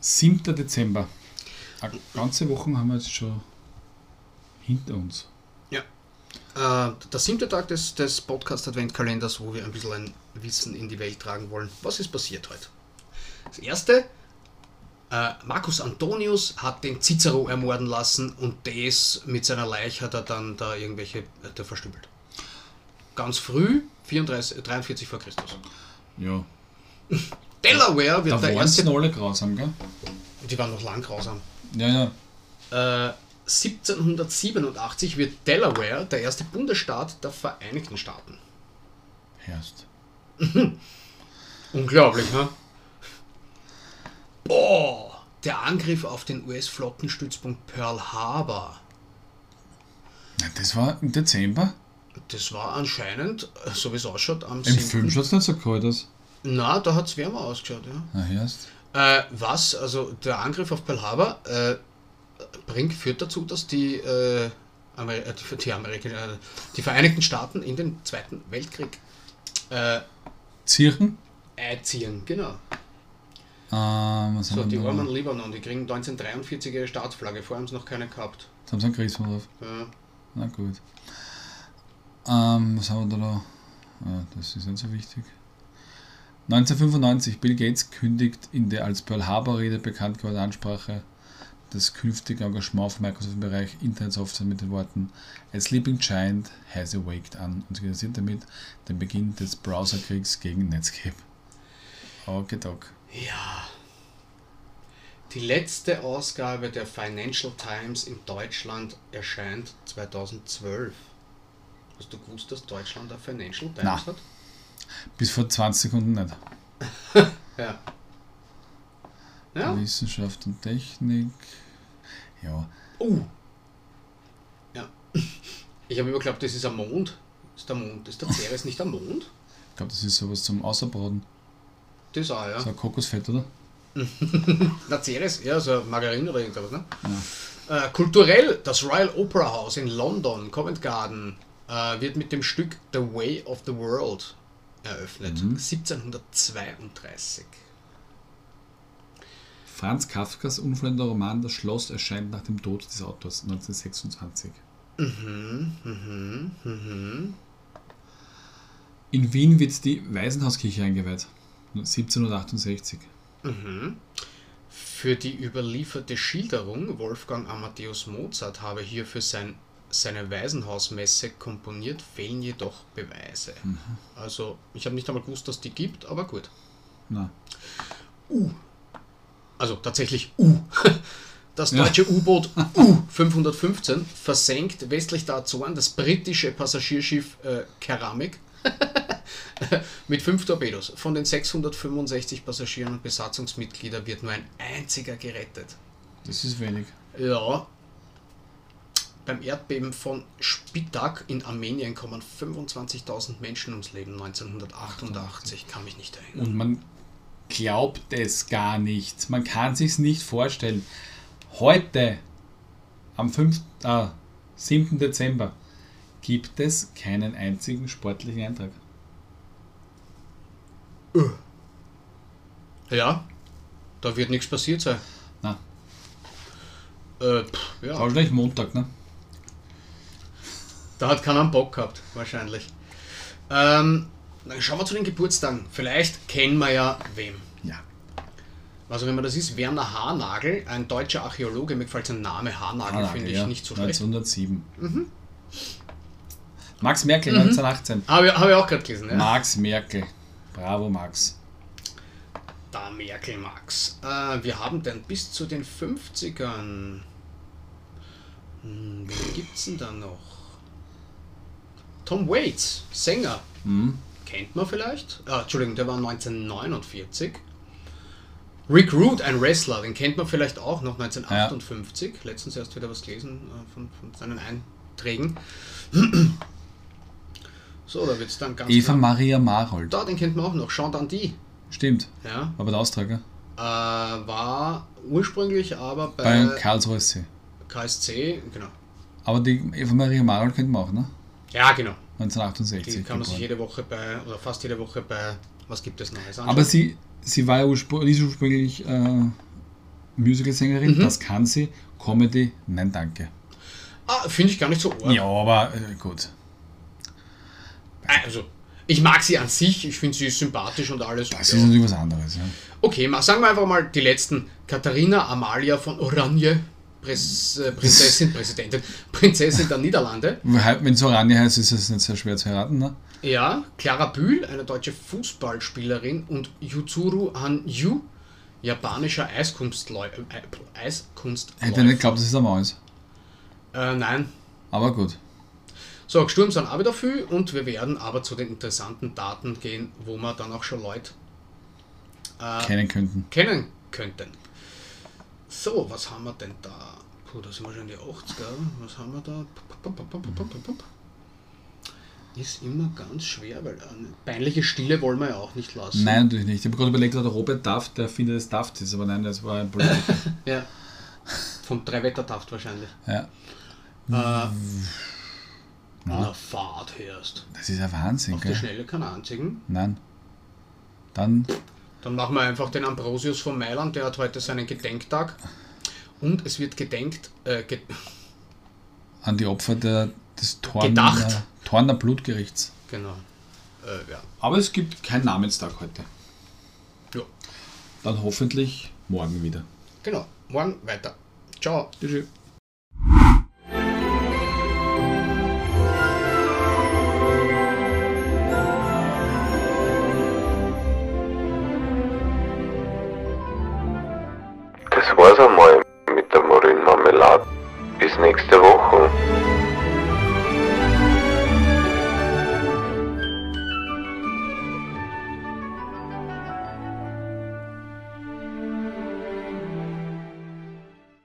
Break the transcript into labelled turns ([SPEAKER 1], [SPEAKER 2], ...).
[SPEAKER 1] 7. Dezember. Eine ganze Woche haben wir jetzt schon hinter uns.
[SPEAKER 2] Ja. Äh, der siebte Tag des, des Podcast-Adventkalenders, wo wir ein bisschen ein Wissen in die Welt tragen wollen. Was ist passiert heute? Das erste, äh, Marcus Antonius hat den Cicero ermorden lassen und das mit seiner Leiche hat er dann da irgendwelche äh, da verstümmelt. Ganz früh, 34, 43 vor Christus.
[SPEAKER 1] Ja.
[SPEAKER 2] Delaware wird
[SPEAKER 1] Da
[SPEAKER 2] der
[SPEAKER 1] waren sie
[SPEAKER 2] erste.
[SPEAKER 1] noch alle grausam, gell?
[SPEAKER 2] Die waren noch lang grausam.
[SPEAKER 1] Ja, ja.
[SPEAKER 2] Äh, 1787 wird Delaware der erste Bundesstaat der Vereinigten Staaten.
[SPEAKER 1] Erst.
[SPEAKER 2] Unglaublich, ne? Boah, der Angriff auf den US-Flottenstützpunkt Pearl Harbor.
[SPEAKER 1] Nein, das war im Dezember.
[SPEAKER 2] Das war anscheinend, äh, so wie es ausschaut, am
[SPEAKER 1] Im
[SPEAKER 2] 7..
[SPEAKER 1] Film schaut es nicht so kalt aus.
[SPEAKER 2] Na, da hat es wärmer ausgeschaut, ja.
[SPEAKER 1] Na, erst.
[SPEAKER 2] Äh, was, also der Angriff auf Pearl Harbor äh, bringt, führt dazu, dass die, äh, Ameri- äh, die, die, Amerika, äh, die Vereinigten Staaten in den Zweiten Weltkrieg äh,
[SPEAKER 1] Zirchen.
[SPEAKER 2] einziehen. Genau.
[SPEAKER 1] Ähm, was
[SPEAKER 2] So,
[SPEAKER 1] haben
[SPEAKER 2] die
[SPEAKER 1] wir da?
[SPEAKER 2] armen Libanon, die kriegen 1943 ihre Staatsflagge, vorher haben sie noch keine gehabt.
[SPEAKER 1] Jetzt haben sie einen Christbaum drauf.
[SPEAKER 2] Ja.
[SPEAKER 1] Na gut. Ähm, was haben wir da noch? Ah, das ist nicht so wichtig. 1995, Bill Gates kündigt in der als Pearl Harbor Rede bekannt gewordenen Ansprache das künftige Engagement von Microsoft im Bereich Internetsoftware mit den Worten A sleeping giant has awaked an und signalisiert damit den Beginn des Browserkriegs gegen Netscape. Okay, Doc.
[SPEAKER 2] Ja. Die letzte Ausgabe der Financial Times in Deutschland erscheint 2012. Hast du gewusst, dass Deutschland eine Financial Times
[SPEAKER 1] Na.
[SPEAKER 2] hat?
[SPEAKER 1] Bis vor 20 Sekunden nicht.
[SPEAKER 2] Ja. Ja.
[SPEAKER 1] Wissenschaft und Technik. Ja,
[SPEAKER 2] Uh. Ja. Ich habe immer geglaubt, das ist am Mond. Ist der Mond. Ist der Ceres nicht am Mond?
[SPEAKER 1] ich glaube, das ist sowas zum Außerbraten.
[SPEAKER 2] Das auch, ja.
[SPEAKER 1] So ein Kokosfett, oder?
[SPEAKER 2] Na, Ceres, ja, so Margarine oder irgendwas, ne? Äh, kulturell, das Royal Opera House in London, Covent Garden, äh, wird mit dem Stück The Way of the World eröffnet. 1732.
[SPEAKER 1] Franz Kafkas unvollender Roman Das Schloss erscheint nach dem Tod des Autors 1926.
[SPEAKER 2] Mhm,
[SPEAKER 1] In Wien wird die Waisenhauskirche eingeweiht. 1768.
[SPEAKER 2] Für die überlieferte Schilderung, Wolfgang Amadeus Mozart habe hierfür sein, seine Waisenhausmesse komponiert, fehlen jedoch Beweise. Also, ich habe nicht einmal gewusst, dass die gibt, aber gut.
[SPEAKER 1] Na,
[SPEAKER 2] also tatsächlich U. Das
[SPEAKER 1] Ja.
[SPEAKER 2] deutsche U-Boot U515 versenkt westlich der Azoren das britische Passagierschiff äh, Keramik mit fünf Torpedos. Von den 665 Passagieren und Besatzungsmitgliedern wird nur ein einziger gerettet.
[SPEAKER 1] das ist wenig.
[SPEAKER 2] Ja. Beim Erdbeben von Spitak in Armenien kommen 25.000 Menschen ums Leben 1988. Kann mich nicht erinnern.
[SPEAKER 1] Und man glaubt es gar nicht. Man kann sich's nicht vorstellen. Heute, am 5, äh, 7. Dezember, gibt es keinen einzigen sportlichen Eintrag.
[SPEAKER 2] Ja, da wird nichts passiert sein.
[SPEAKER 1] Na,
[SPEAKER 2] Äh, pff, ja.
[SPEAKER 1] wahrscheinlich Montag, ne?
[SPEAKER 2] Da hat keiner einen Bock gehabt, wahrscheinlich. Ähm, dann schauen wir zu den Geburtstagen. Vielleicht kennen wir ja wem.
[SPEAKER 1] Ja.
[SPEAKER 2] Also wenn man das ist, Werner Haarnagel, ein deutscher Archäologe, mir gefällt sein Name Haarnagel,
[SPEAKER 1] Anlage,
[SPEAKER 2] finde ich
[SPEAKER 1] ja.
[SPEAKER 2] nicht so schlecht. Mhm.
[SPEAKER 1] 1907. Max Merkel, 1918.
[SPEAKER 2] Habe ich, hab ich auch gerade gelesen, ja.
[SPEAKER 1] Max Merkel. Bravo, Max.
[SPEAKER 2] Da Merkel Max. Äh, wir haben dann bis zu den 50ern. Hm, wen gibt's denn da noch? Tom Waits, Sänger. Kennt man vielleicht? Ah, Entschuldigung, der war 1949. Rick Root, ein Wrestler, den kennt man vielleicht auch noch 1958. Letztens erst wieder was gelesen äh, von, von seinen Einträgen. So, da wird's dann ganz.
[SPEAKER 1] Eva
[SPEAKER 2] klar.
[SPEAKER 1] Maria Marold.
[SPEAKER 2] Da, den kennt man auch noch. Sean Dundee.
[SPEAKER 1] Stimmt.
[SPEAKER 2] Ja,
[SPEAKER 1] Aber der Austrager.
[SPEAKER 2] äh, war ursprünglich aber bei,
[SPEAKER 1] Bei Karlsruhe ist sie.
[SPEAKER 2] KSC, genau.
[SPEAKER 1] Aber die Eva Maria Marold kennt man auch, ne?
[SPEAKER 2] Ja, genau. Die
[SPEAKER 1] 1968.
[SPEAKER 2] kann man sich
[SPEAKER 1] geboren.
[SPEAKER 2] jede Woche bei, oder fast jede Woche bei, was gibt es Neues anschauen.
[SPEAKER 1] Aber sie, sie war ja urspr die ist ursprünglich äh,
[SPEAKER 2] Mhm.
[SPEAKER 1] Musical-Sängerin, das kann sie. Comedy, nein, danke.
[SPEAKER 2] Ah, finde ich gar nicht so arg.
[SPEAKER 1] Ja, aber äh, gut.
[SPEAKER 2] Also, ich mag sie an sich, ich finde sie ist sympathisch und alles.
[SPEAKER 1] Das
[SPEAKER 2] Ja.
[SPEAKER 1] ist natürlich was anderes. Ja.
[SPEAKER 2] Okay, ma- sagen wir einfach mal die letzten. Katharina Amalia von Oranje, Präs äh, Prinzessin, Präsidentin, Prinzessin der Niederlande.
[SPEAKER 1] Wenn es Oranje heißt, ist es nicht sehr schwer zu heiraten. Ne?
[SPEAKER 2] Ja, Clara Bühl, eine deutsche Fußballspielerin und Yuzuru Hanyu, japanischer Eiskunstläufer. Äh,
[SPEAKER 1] Hätte nicht
[SPEAKER 2] Eiskunstläufer.
[SPEAKER 1] geglaubt, dass es ein Mann ist.
[SPEAKER 2] Äh, nein.
[SPEAKER 1] Aber gut.
[SPEAKER 2] So, Sturm sind auch wieder viel und wir werden aber zu den interessanten Daten gehen, wo man dann auch schon Leute
[SPEAKER 1] Kennen könnten.
[SPEAKER 2] kennen könnten. So, was haben wir denn da? Puh, da sind wir schon in die 80er. Was haben wir da? Pup, pup, pup, pup, pup, pup, pup, pup. Ist immer ganz schwer, weil eine peinliche Stille wollen wir ja auch nicht lassen.
[SPEAKER 1] Nein, natürlich nicht. Ich habe gerade überlegt, der Robert Daft, der findet es Daft ist, aber nein, das war ein Politiker.
[SPEAKER 2] Ja. Vom Dreiwettertaft wahrscheinlich.
[SPEAKER 1] ja.
[SPEAKER 2] Äh, Na, Fahrt hörst.
[SPEAKER 1] Das ist ja Wahnsinn,
[SPEAKER 2] Auf die
[SPEAKER 1] gell?
[SPEAKER 2] Schnelle kann er anziehen.
[SPEAKER 1] Nein. Dann
[SPEAKER 2] Dann machen wir einfach den Ambrosius von Mailand, der hat heute seinen Gedenktag. Und es wird gedenkt, äh, ge
[SPEAKER 1] an die Opfer der, des Torner,
[SPEAKER 2] Gedacht.
[SPEAKER 1] Torner Blutgerichts.
[SPEAKER 2] genau. Äh, ja.
[SPEAKER 1] Aber es gibt keinen Namenstag heute.
[SPEAKER 2] ja.
[SPEAKER 1] Dann hoffentlich morgen wieder.
[SPEAKER 2] Genau. Morgen weiter. Ciao.
[SPEAKER 1] Tschüss.
[SPEAKER 3] Das war's einmal mit der Marillenmarmelade. Bis nächste Woche.